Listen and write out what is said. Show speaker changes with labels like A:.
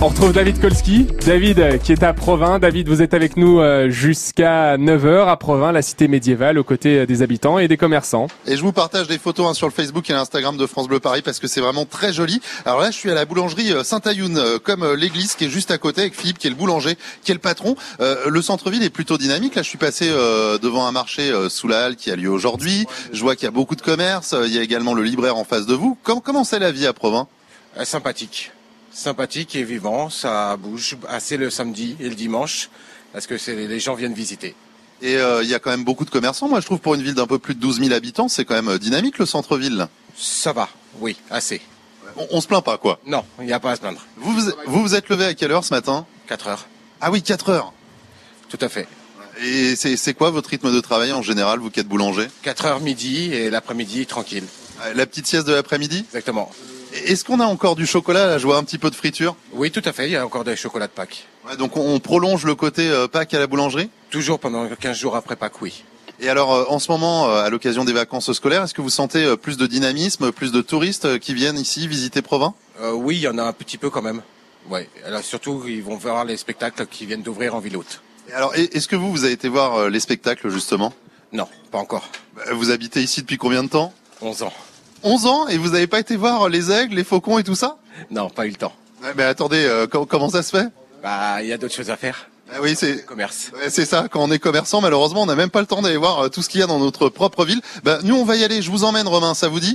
A: On retrouve David Kolski. David euh, qui est à Provins. David, vous êtes avec nous euh, jusqu'à 9h à Provins, la cité médiévale, aux côtés euh, des habitants et des commerçants.
B: Et je vous partage des photos hein, sur le Facebook et l'Instagram de France Bleu Paris parce que c'est vraiment très joli. Alors là, je suis à la boulangerie euh, Saint-Ayoun, euh, comme euh, l'église qui est juste à côté, avec Philippe qui est le boulanger, qui est le patron. Euh, le centre-ville est plutôt dynamique. Là, je suis passé euh, devant un marché euh, sous la halle qui a lieu aujourd'hui. Je vois qu'il y a beaucoup de commerces. Euh, Il y a également le libraire en face de vous. Com- comment c'est la vie à Provins
C: Euh, sympathique. Sympathique et vivant, ça bouge assez le samedi et le dimanche, parce que c'est, les gens viennent visiter.
B: Et euh, il y a quand même beaucoup de commerçants. Moi, je trouve pour une ville d'un peu plus de 12 000 habitants, c'est quand même euh, dynamique le centre-ville. là.
C: Ça va, oui, assez.
B: On, on se plaint pas, quoi.
C: Non, il n'y a pas à se plaindre.
B: Vous vous, vous vous êtes levé à quelle heure ce matin
C: 4 heures,
B: Ah oui, 4 heures.
C: tout à fait.
B: Et c'est c'est quoi votre rythme de travail en général, vous qui êtes boulanger
C: 4 heures midi et l'après-midi tranquille,
B: Euh, La petite sieste de l'après-midi
C: exactement.
B: Est-ce qu'on a encore du chocolat Là, je vois un petit peu de friture.
C: Oui, tout à fait, il y a encore des chocolats de Pâques.
B: Ouais, donc on, on prolonge le côté euh, Pâques à la boulangerie.
C: Toujours pendant 15 jours après Pâques, oui.
B: Et alors, euh, en ce moment, euh, à l'occasion des vacances scolaires, est-ce que vous sentez euh, plus de dynamisme, plus de touristes euh, qui viennent ici visiter Provins
C: Euh, oui, il y en a un petit peu quand même. Ouais, alors surtout, ils vont voir les spectacles qui viennent d'ouvrir en ville haute.
B: Et Alors, e- est-ce que vous, vous avez été voir euh, les spectacles, justement
C: Non, pas encore.
B: Bah, Vous habitez ici depuis combien de temps
C: 11 ans.
B: 11 ans et vous n'avez pas été voir euh, les aigles, les faucons et tout ça
C: Non, pas eu le temps.
B: Ouais, Mais attendez, euh, com- comment ça se fait
C: Bah, il y a d'autres choses à faire.
B: Ah Oui, c'est...
C: Commerce.
B: Ouais, C'est ça, quand on est Ben, commerçant, malheureusement, on n'a même pas le temps d'aller voir euh, tout ce qu'il y a dans notre propre ville. Bah, nous, on va y aller, je vous emmène, Romain, ça vous dit